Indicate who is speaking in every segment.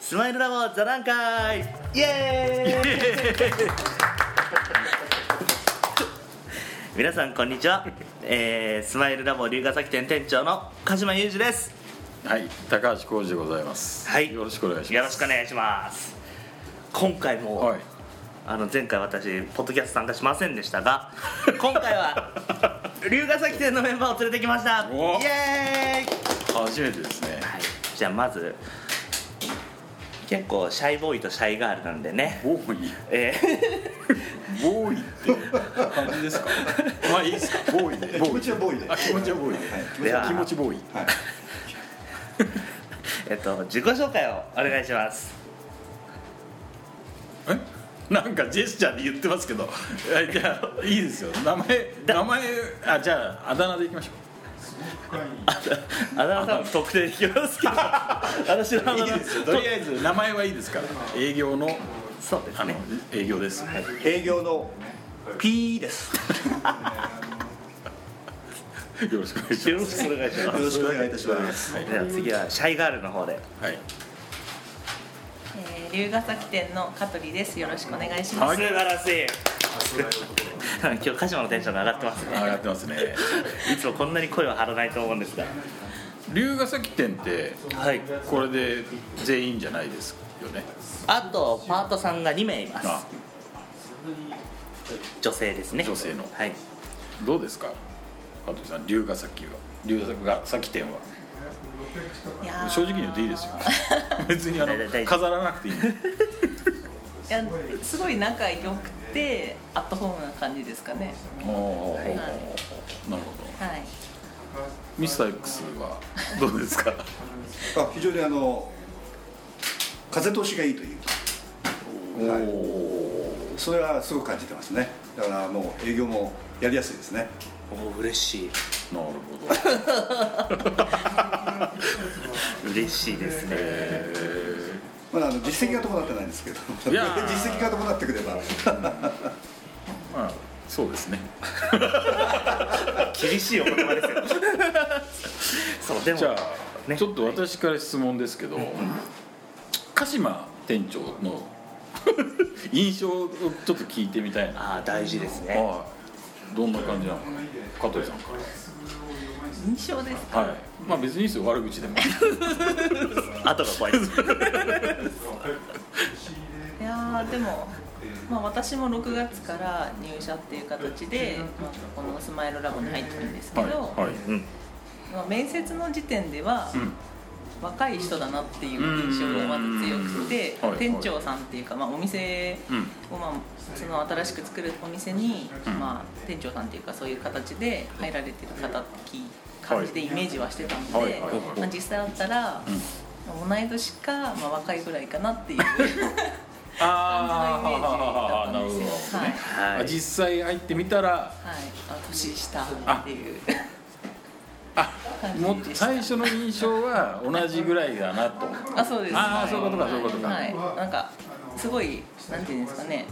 Speaker 1: スマイルラボ座談会イエーイ 皆さんこんにちは、えー、スマイルラボ龍ヶ崎店店長の鹿島裕二です
Speaker 2: はい、高橋浩二でございます。
Speaker 1: はい
Speaker 2: よろしくお願いし
Speaker 1: よ
Speaker 2: ま
Speaker 1: ろしくお願いします今回も、
Speaker 2: す。はい、
Speaker 1: あの前回私ポッドキャスト参加しませんでした が今回は龍ヶ崎店のメンバーを連れてきましたイ
Speaker 2: お
Speaker 1: エーイ
Speaker 2: 初めてですね。
Speaker 1: はい、じゃあまず結構シャイボーイとシャイガールなんでね
Speaker 2: ボーイ、
Speaker 1: え
Speaker 2: ボーイって感じですか。 まあいいですか。ボーイで。ボー
Speaker 3: 気持
Speaker 2: イ
Speaker 3: ちはボーイで
Speaker 2: あ、気持ちはボーイ
Speaker 3: はい
Speaker 1: ー、で
Speaker 2: で。
Speaker 1: は
Speaker 2: 気持ちボーイ。
Speaker 3: はい、
Speaker 1: えっと自己紹介をお願いします
Speaker 2: え？なんかジェスチャーで言ってますけど、 えじゃあいいですよ。名前、名前、あ、じゃああだ名でいきましょ
Speaker 1: あだ名さん特定できますけ ど私のあ
Speaker 2: う。い
Speaker 1: だ
Speaker 2: い
Speaker 1: 名
Speaker 2: です よ。とりあえず名前はいいですから。営業の
Speaker 1: そうです
Speaker 2: あの
Speaker 1: ね
Speaker 2: 営業です。はい。
Speaker 3: 営業の P です
Speaker 2: よろしくお願いし
Speaker 1: よ
Speaker 2: ま
Speaker 1: ろ
Speaker 2: す。
Speaker 1: しくお願いし
Speaker 3: よ
Speaker 1: ま
Speaker 3: ろ
Speaker 1: す
Speaker 3: しくお願いいたします
Speaker 2: はい。
Speaker 1: では次はシャイガールの方で
Speaker 2: はい。
Speaker 4: えー龍ヶ崎店の香取です。よろしくお願いし
Speaker 2: は
Speaker 4: ま
Speaker 1: 素
Speaker 4: す。
Speaker 1: 晴らしい 今日鹿島のテンションが上がってますね
Speaker 2: 上がってますね。
Speaker 1: いつもこんなに声を張らないと思うんですが
Speaker 2: 龍ヶ崎店って。
Speaker 1: はい
Speaker 2: これで全員じゃないですよね
Speaker 1: あとパートさんが2名います
Speaker 2: あ
Speaker 1: 女性ですね
Speaker 2: 女性の
Speaker 1: はい
Speaker 2: どうですか加藤さん龍ヶ崎は龍ヶ崎店はい
Speaker 4: やー
Speaker 2: 正直に言っていいですよ 別にあの
Speaker 1: 大丈夫
Speaker 2: 飾らなくていいんで
Speaker 4: いやすごい仲良くてアットホームな感じですかね。
Speaker 2: おー
Speaker 1: はい
Speaker 2: なるほど
Speaker 4: はい。
Speaker 2: ミスター X はどうですか
Speaker 3: あ非常にあの風通しがいいという
Speaker 2: お
Speaker 3: はい
Speaker 2: お
Speaker 3: それはすごく感じてますねだからもう営業もやりやすいですね
Speaker 1: おー嬉しい
Speaker 2: なるほど、
Speaker 1: 嬉しいです ね、
Speaker 2: え
Speaker 3: まだあの実績が伴ってないんですけど 実
Speaker 2: いやー
Speaker 3: 績が伴ってくれば
Speaker 2: ー、まあそうですね
Speaker 1: 厳しいお言葉 ですよそうでも
Speaker 2: じゃあ、
Speaker 1: ね
Speaker 2: ちょっと私から質問ですけど、鹿島店長の 印象をちょっと聞いてみたい
Speaker 1: あ
Speaker 2: な
Speaker 1: あ大事ですね
Speaker 2: はい。どんな感じなのかな。加藤さんか
Speaker 4: 印象ですか。
Speaker 2: ら。はい。まあ別にいいですよ。悪 口でも。
Speaker 1: 後が怖いです
Speaker 4: いやーでも。まあ、私も6月から入社っていう形で、まあ、このスマイルラボに入ってるんですけど、
Speaker 2: はい。はい。
Speaker 1: うん
Speaker 4: まあ、面接の時点では、
Speaker 2: ん
Speaker 4: 若い人だなっていう印象がまず強くて、
Speaker 2: うんはい
Speaker 4: 店長さんっていうか、まあ、お店を、まあ、その新しく作るお店に、
Speaker 2: うん
Speaker 4: まあ、店長さんっていうかそういう形で入られてる方って聞い感じでイメージはしてたので、
Speaker 2: はいはいはい
Speaker 4: まあ、実際だったら、同い年か、まあ、若いぐらいかなっていう感じのイメ
Speaker 2: ああ、なるほ
Speaker 4: ージだったん
Speaker 2: ど
Speaker 4: で
Speaker 2: ね
Speaker 4: すよ。はい、はい、
Speaker 1: は
Speaker 2: あ
Speaker 1: い
Speaker 2: 実際入ってみたら、
Speaker 4: あ年下っていう
Speaker 2: あ、も
Speaker 4: 感
Speaker 2: う
Speaker 4: じでした
Speaker 2: 最初の印象は同じぐらいだなと。
Speaker 4: あそうです
Speaker 2: あーそういうことかそういうことか
Speaker 4: はい、なんかすごいなんていうんですかね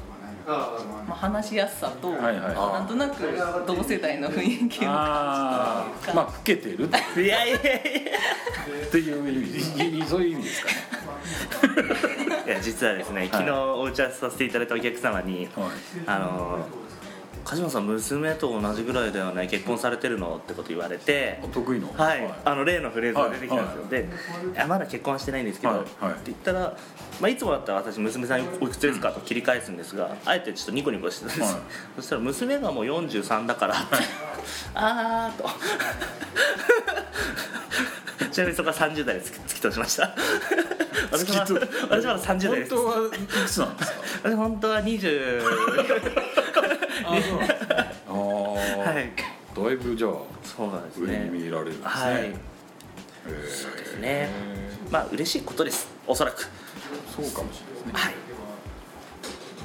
Speaker 4: まあ話しやすさと、
Speaker 2: はいはい
Speaker 4: なんとなく同世代の雰囲気を
Speaker 2: ああ、まあ老けてる っ
Speaker 1: いやいやい
Speaker 2: ていう意味で、そういう意味ですかね。
Speaker 1: やいや実はですね昨日お打ち合わせさせていただいたお客様に
Speaker 2: はい。
Speaker 1: あのー鹿島さん娘と同じぐらいだよね結婚されてるのってこと言われて
Speaker 2: お得意の。
Speaker 1: はい、
Speaker 2: はい
Speaker 1: あの例のフレーズが出てきたんですよ、
Speaker 2: はい
Speaker 1: でいや「まだ結婚はしてないんですけど」
Speaker 2: はいはい
Speaker 1: って言ったら、まあ、いつもだったら私娘さんおいくつですかと切り返すんですがあえてちょっとニコニコしてたんです、
Speaker 2: はい
Speaker 1: そしたら娘がもう43だからって あーと ちなみにそこは30代で突き突き通しました 私は
Speaker 2: 突き通
Speaker 1: 私はまだ30代
Speaker 2: 本
Speaker 1: です
Speaker 2: 当はいつなんですか。
Speaker 1: 私本 当は20
Speaker 2: あそうなんですねあー。
Speaker 1: はい
Speaker 2: だいぶじゃあ
Speaker 1: そうなんです
Speaker 2: 上に見
Speaker 1: ね
Speaker 2: られるんですね。
Speaker 1: はい
Speaker 2: へー
Speaker 1: ですねまあ嬉しいことですおそら く
Speaker 2: そうかもしれないですね。
Speaker 1: はい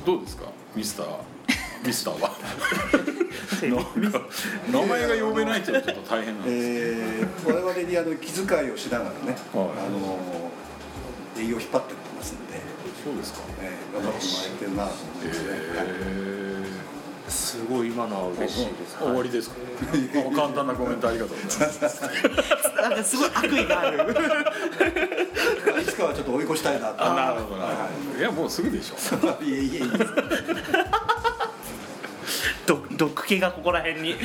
Speaker 2: どうですか、ミスター。ミス ターは。なんか名前が呼べないっていうのはちょっと大変なんです。
Speaker 3: えー我々にあの気遣いをしながらね、
Speaker 2: はい
Speaker 3: あの営業を引っ張ってってますんで、
Speaker 2: そうですか。
Speaker 3: えー頑張ってもらえてるなと思いますね、はい
Speaker 2: え
Speaker 1: すごい今のは嬉しいです。
Speaker 2: 終わり ですか。あ簡単なコメントありがとうございます。
Speaker 1: なんかすごい悪意がある。
Speaker 3: いつかははちょっと追い越したいなと
Speaker 2: あなるほどなる
Speaker 3: は
Speaker 2: ほどいやもうすぐ でしょ
Speaker 3: い いえいえいえ
Speaker 1: ど 毒気がここら辺に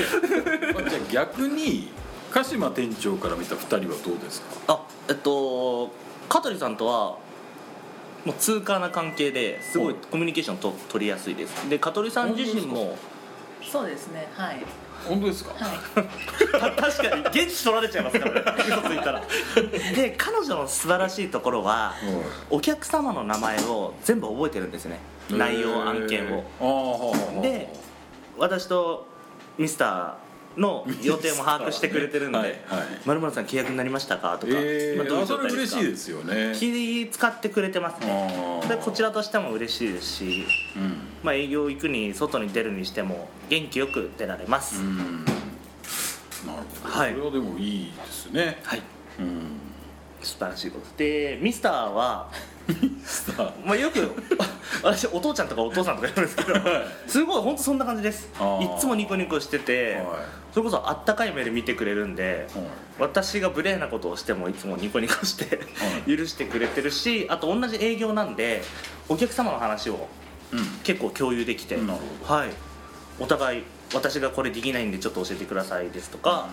Speaker 2: じゃあ逆に鹿島店長から見た2人はどうですか
Speaker 1: あえっと香取さんとはもう通過な関係ですごい
Speaker 2: はい
Speaker 1: コミュニケーションと取りやすいですで香取さん自身も
Speaker 4: そうですねはい
Speaker 2: 本当ですか
Speaker 4: はい
Speaker 1: た確かに現地取られちゃいますから ね嘘ついたらで彼女の素晴らしいところはお客様の名前を全部覚えてるんですね内容案件を
Speaker 2: ああはあはあ
Speaker 1: で私とミスターの予定も把握してくれてるん
Speaker 2: はい
Speaker 1: で「まるまるさん契約になりましたか?」とか
Speaker 2: え
Speaker 1: 今
Speaker 2: え
Speaker 1: どういう
Speaker 2: そ
Speaker 1: 状
Speaker 2: れ
Speaker 1: 態で
Speaker 2: 嬉
Speaker 1: す
Speaker 2: し
Speaker 1: か
Speaker 2: いですよね
Speaker 1: 気使ってくれてますね
Speaker 2: あ
Speaker 1: でこち
Speaker 2: ら、
Speaker 1: らとしても嬉しいですし、
Speaker 2: うん
Speaker 1: まあ、営業行くに外に出るにしても元気よく出られま
Speaker 2: う
Speaker 1: す、
Speaker 2: んなるほど、
Speaker 1: はい
Speaker 2: これはでもいいですね
Speaker 1: はい
Speaker 2: うん
Speaker 1: 素晴らしいことでミスターは、
Speaker 2: さ
Speaker 1: まあ、よく私お父ちゃんとかお父さんとか言うんですけどすごい本当そんな感じですい
Speaker 2: あー
Speaker 1: つもニコニコして
Speaker 2: あ
Speaker 1: て
Speaker 2: は
Speaker 1: それこそあったかい目で見てくれるんで
Speaker 2: いはい
Speaker 1: 私が無礼なことをしてもいつもニコニコして許してくれてるしあと同じ営業なんでお客様の話を
Speaker 2: うん
Speaker 1: 結構共有できて、
Speaker 2: なる
Speaker 1: はい、お互い私がこれできないんでちょっと教えてくださいですとか、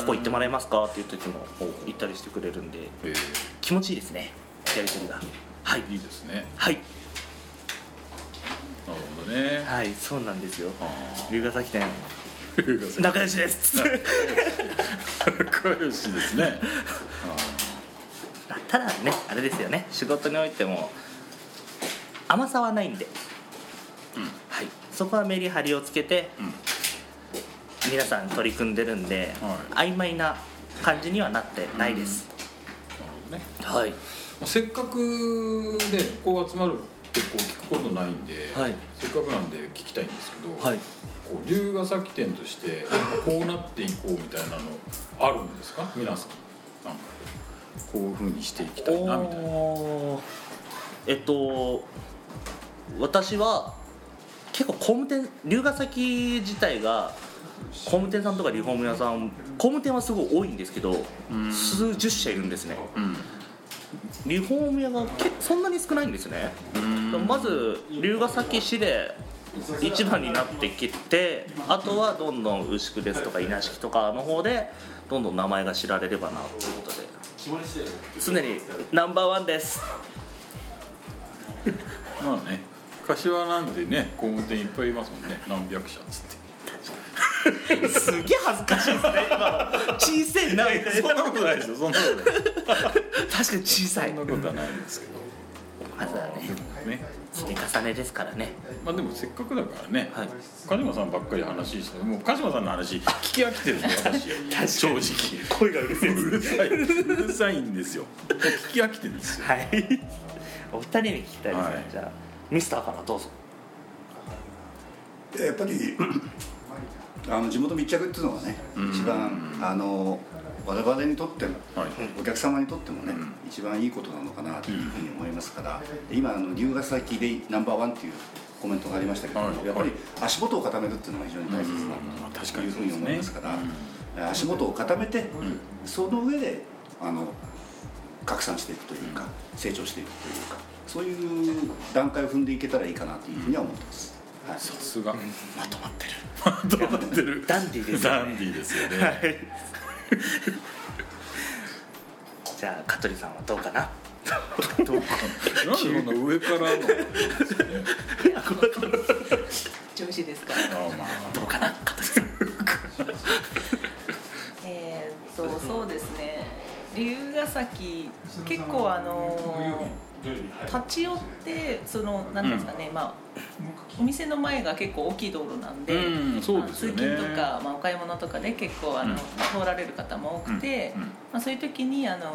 Speaker 1: ここ行ってもらえますかっていう時も行ったりしてくれるんで
Speaker 2: え
Speaker 1: 気持ちいいですねやり取りがはい
Speaker 2: ーいいですね
Speaker 1: はい、
Speaker 2: なるほどね
Speaker 1: はい、そうなんですよ
Speaker 2: あ
Speaker 1: 龍ヶ崎店
Speaker 2: あいうか
Speaker 1: 仲良しです
Speaker 2: 仲良しですね
Speaker 1: ただねあれですよね仕事においても甘さはないんで、はい、そこはメリハリをつけて、
Speaker 2: うん
Speaker 1: 皆さん取り組んでるんで、
Speaker 2: は
Speaker 1: 曖昧な感じにはなってないです、
Speaker 2: なるほどね
Speaker 1: はい
Speaker 2: まあせっかくでこう集まるってこう聞くことないんで、
Speaker 1: はい
Speaker 2: せっかくなんで聞きたいんですけど、
Speaker 1: はい
Speaker 2: こう龍ヶ崎店としてこうなっていこうみたいなのあるんですか皆さんなんかこういうふうにしていきたいなみたいな
Speaker 1: おーえっと私は結構工務店龍ヶ崎自体が工務店さんとかリフォーム屋さん工務店はすごい多いんですけど
Speaker 2: ん
Speaker 1: 数十社いるんですね
Speaker 2: うん
Speaker 1: リフォーム屋がけそんなに少ないんですねまず龍ヶ崎市で一番になってきてあとはどんどん牛久ですとか稲敷とかの方でどんどん名前が知られればなということで常にナンバーワンです
Speaker 2: まあね柏なんてね工務店いっぱいいますもんね何百社っつって
Speaker 1: すげえ恥ずかしいですね小さいなみたい
Speaker 2: そん
Speaker 1: な
Speaker 2: なことないですよそんなことない
Speaker 1: 確かに小さい
Speaker 2: そんなことはないですけど
Speaker 1: まずはね
Speaker 2: ね
Speaker 1: 積み重ねですからね
Speaker 2: まあでもせっかくだからね、
Speaker 1: はい
Speaker 2: 鹿島さんばっかり話してもう鹿島さんの話聞き飽きてるんで私正直
Speaker 1: 声がうるせえ
Speaker 2: うるさいうるさいんですよもう聞き飽きてるんですよ
Speaker 1: はいお二人に聞きたいですね、
Speaker 2: はい
Speaker 1: じゃあミスターからどうぞ
Speaker 3: やっ ぱりあの地元密着っていうのがね、一番あの我々にとっても
Speaker 2: はい
Speaker 3: お客様にとってもね、
Speaker 2: うん
Speaker 3: 一番いいことなのかなというふうに思いますから、今あの龍ヶ崎でナンバーワンっていうコメントがありましたけど、
Speaker 2: はい
Speaker 3: やっぱり足元を固めるっていうのが非常に大切
Speaker 2: うん
Speaker 3: だ
Speaker 2: 確
Speaker 3: と
Speaker 2: か
Speaker 3: い
Speaker 2: に
Speaker 3: う
Speaker 2: そ
Speaker 3: ふ
Speaker 2: う
Speaker 3: う
Speaker 2: で
Speaker 3: に
Speaker 2: すね
Speaker 3: 思いますから、足元を固めて、その上であの拡散していくというか、成長していくというかそういう段階を踏んでいけたらいいかなというふうには思ってます。はい
Speaker 2: さすが
Speaker 1: まとまってる
Speaker 2: どうなってる
Speaker 1: ダンディーですよね
Speaker 2: ダンディーですよね、
Speaker 1: はいじゃあ香取さんはどうかな
Speaker 2: なんでこんな上からの
Speaker 4: 上司ですから
Speaker 2: あまあ
Speaker 1: どうかな香取さん
Speaker 4: えーっとそうですね龍ヶ崎結構あの立ち寄ってその何ていうんですかね、まあお店の前が結構大きい道路なんで、
Speaker 2: うんそうですよね
Speaker 4: まあ通勤とか、まあ、お買い物とかで結構あの、
Speaker 2: うん
Speaker 4: 通られる方も多くて、
Speaker 2: うんうん
Speaker 4: まあ、そういう時にあの、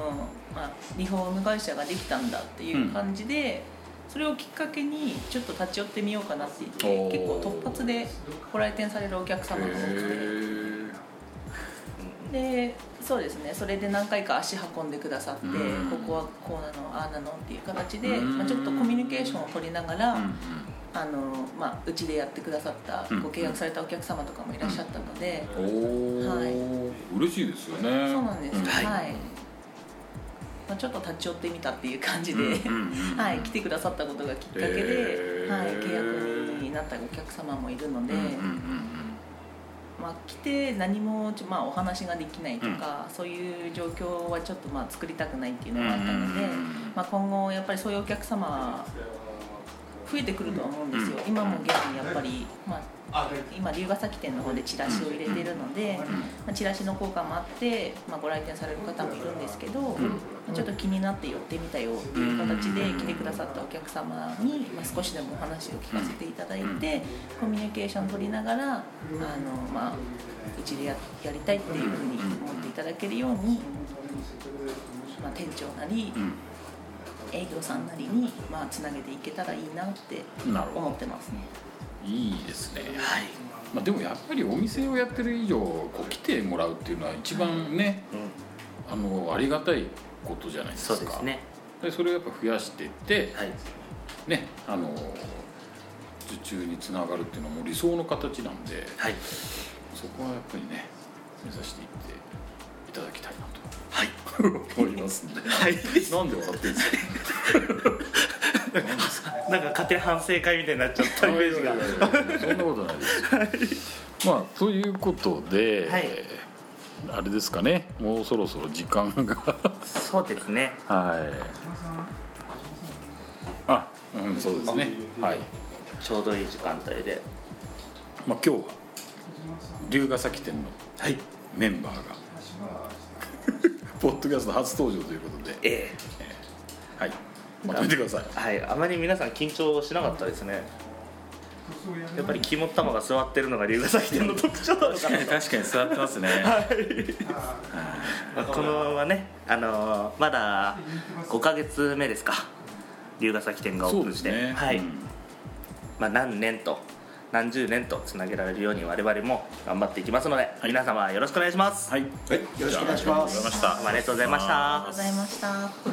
Speaker 4: まあ、リフォーム会社ができたんだっていう感じで、それをきっかけにちょっと立ち寄ってみようかなって言
Speaker 2: お
Speaker 4: っ
Speaker 2: ー
Speaker 4: て結構突発でご来店されるお客様が多くて。
Speaker 2: へ
Speaker 4: でそうですねそれで何回か足運んでくださって、
Speaker 2: うん
Speaker 4: ここはこうなのああなのっていう形で、
Speaker 2: うん
Speaker 4: まあ、ちょっとコミュニケーションを取りながら、
Speaker 2: えうん
Speaker 4: あのまあ、うちでやってくださった、
Speaker 2: うん
Speaker 4: ご契約されたお客様とかもいらっしゃったので、
Speaker 2: うんおお、
Speaker 4: は
Speaker 2: 嬉しいですよね
Speaker 4: そうなんです、
Speaker 2: うん
Speaker 4: はい、
Speaker 1: はい
Speaker 4: まあ、ちょっと立ち寄ってみたっていう感じで、
Speaker 2: うんうんうん
Speaker 4: はい、来てくださったことがきっかけで、
Speaker 2: へー
Speaker 4: はい、契約になったお客様もいるので、
Speaker 2: うんうんうん
Speaker 4: まあ、来て何もちょ、まあ、お話ができないとか、そういう状況はちょっとまあ作りたくないっていう
Speaker 2: うん
Speaker 4: のがあったので、
Speaker 2: うんうんうん
Speaker 4: まあ、今後やっぱりそういうお客様は増えてくるとは思うんですよ、
Speaker 2: うん
Speaker 4: 今も現にやっぱり、まあ、今龍ヶ崎店の方でチラシを入れているので、まあ、チラシの効果もあって、まあ、ご来店される方もいるんですけど、まあちょっと気になって寄ってみたよっていう形で来てくださったお客様に、まあ、少しでもお話を聞かせていただいてコミュニケーション取りながらあの、まあ、うちでややりたいっていうふうに思っていただけるように、まあ、店長なり
Speaker 2: うん
Speaker 4: 営業さんなりに、まあ、つなげていけたらいいなって
Speaker 2: うんなるほ
Speaker 4: 思っ
Speaker 2: ど
Speaker 4: てますね。
Speaker 2: いいですねはいまあでもやっぱりお店をやってる以上こう来てもらうっていうのは一番ねあのありがたいことじゃないです
Speaker 1: そ
Speaker 2: か
Speaker 1: うですね
Speaker 2: でそれをやっぱ増やしてって、
Speaker 1: はい
Speaker 2: ねあの受注につながるっていうのはもう理想の形なんで
Speaker 1: はい
Speaker 2: そこはやっぱりね目指していっていただきたいなと
Speaker 1: はい
Speaker 2: 思 いますんで
Speaker 1: はい
Speaker 2: なんで笑ってるんですか
Speaker 1: なんか勝手に反省会みたいになっちゃったイメージが
Speaker 2: そんなことないですよまあということで、
Speaker 1: はい
Speaker 2: あれですかねもうそろそろ時間が
Speaker 1: そうですね
Speaker 2: はいあうんそうですねはい
Speaker 1: ちょうどいい時間帯で
Speaker 2: まあ、今日は龍ヶ崎店の
Speaker 1: はい
Speaker 2: メンバ ーがポッドキャスト初登場ということで
Speaker 1: え
Speaker 2: はいまとめてください
Speaker 1: えはいあまり皆さん緊張しなかったですねやっぱり肝っ玉が座ってるのが龍ヶ崎店の特徴なのかな
Speaker 2: 確かに座ってますね
Speaker 1: まあこのままね、あのーまだ5か月目ですか龍ヶ崎店がオ
Speaker 2: そ
Speaker 1: ー
Speaker 2: う
Speaker 1: プ
Speaker 2: で
Speaker 1: ンし
Speaker 2: す
Speaker 1: て、
Speaker 2: ね
Speaker 1: はい
Speaker 2: うん
Speaker 1: まあ、何年と何十年とつなげられるように我々も頑張っていきますので、皆様よろしくお願いします、
Speaker 2: はい、
Speaker 3: はいよろしくお願いします
Speaker 2: ありがとうございました
Speaker 1: ありがとうございました
Speaker 4: ありがとうございました。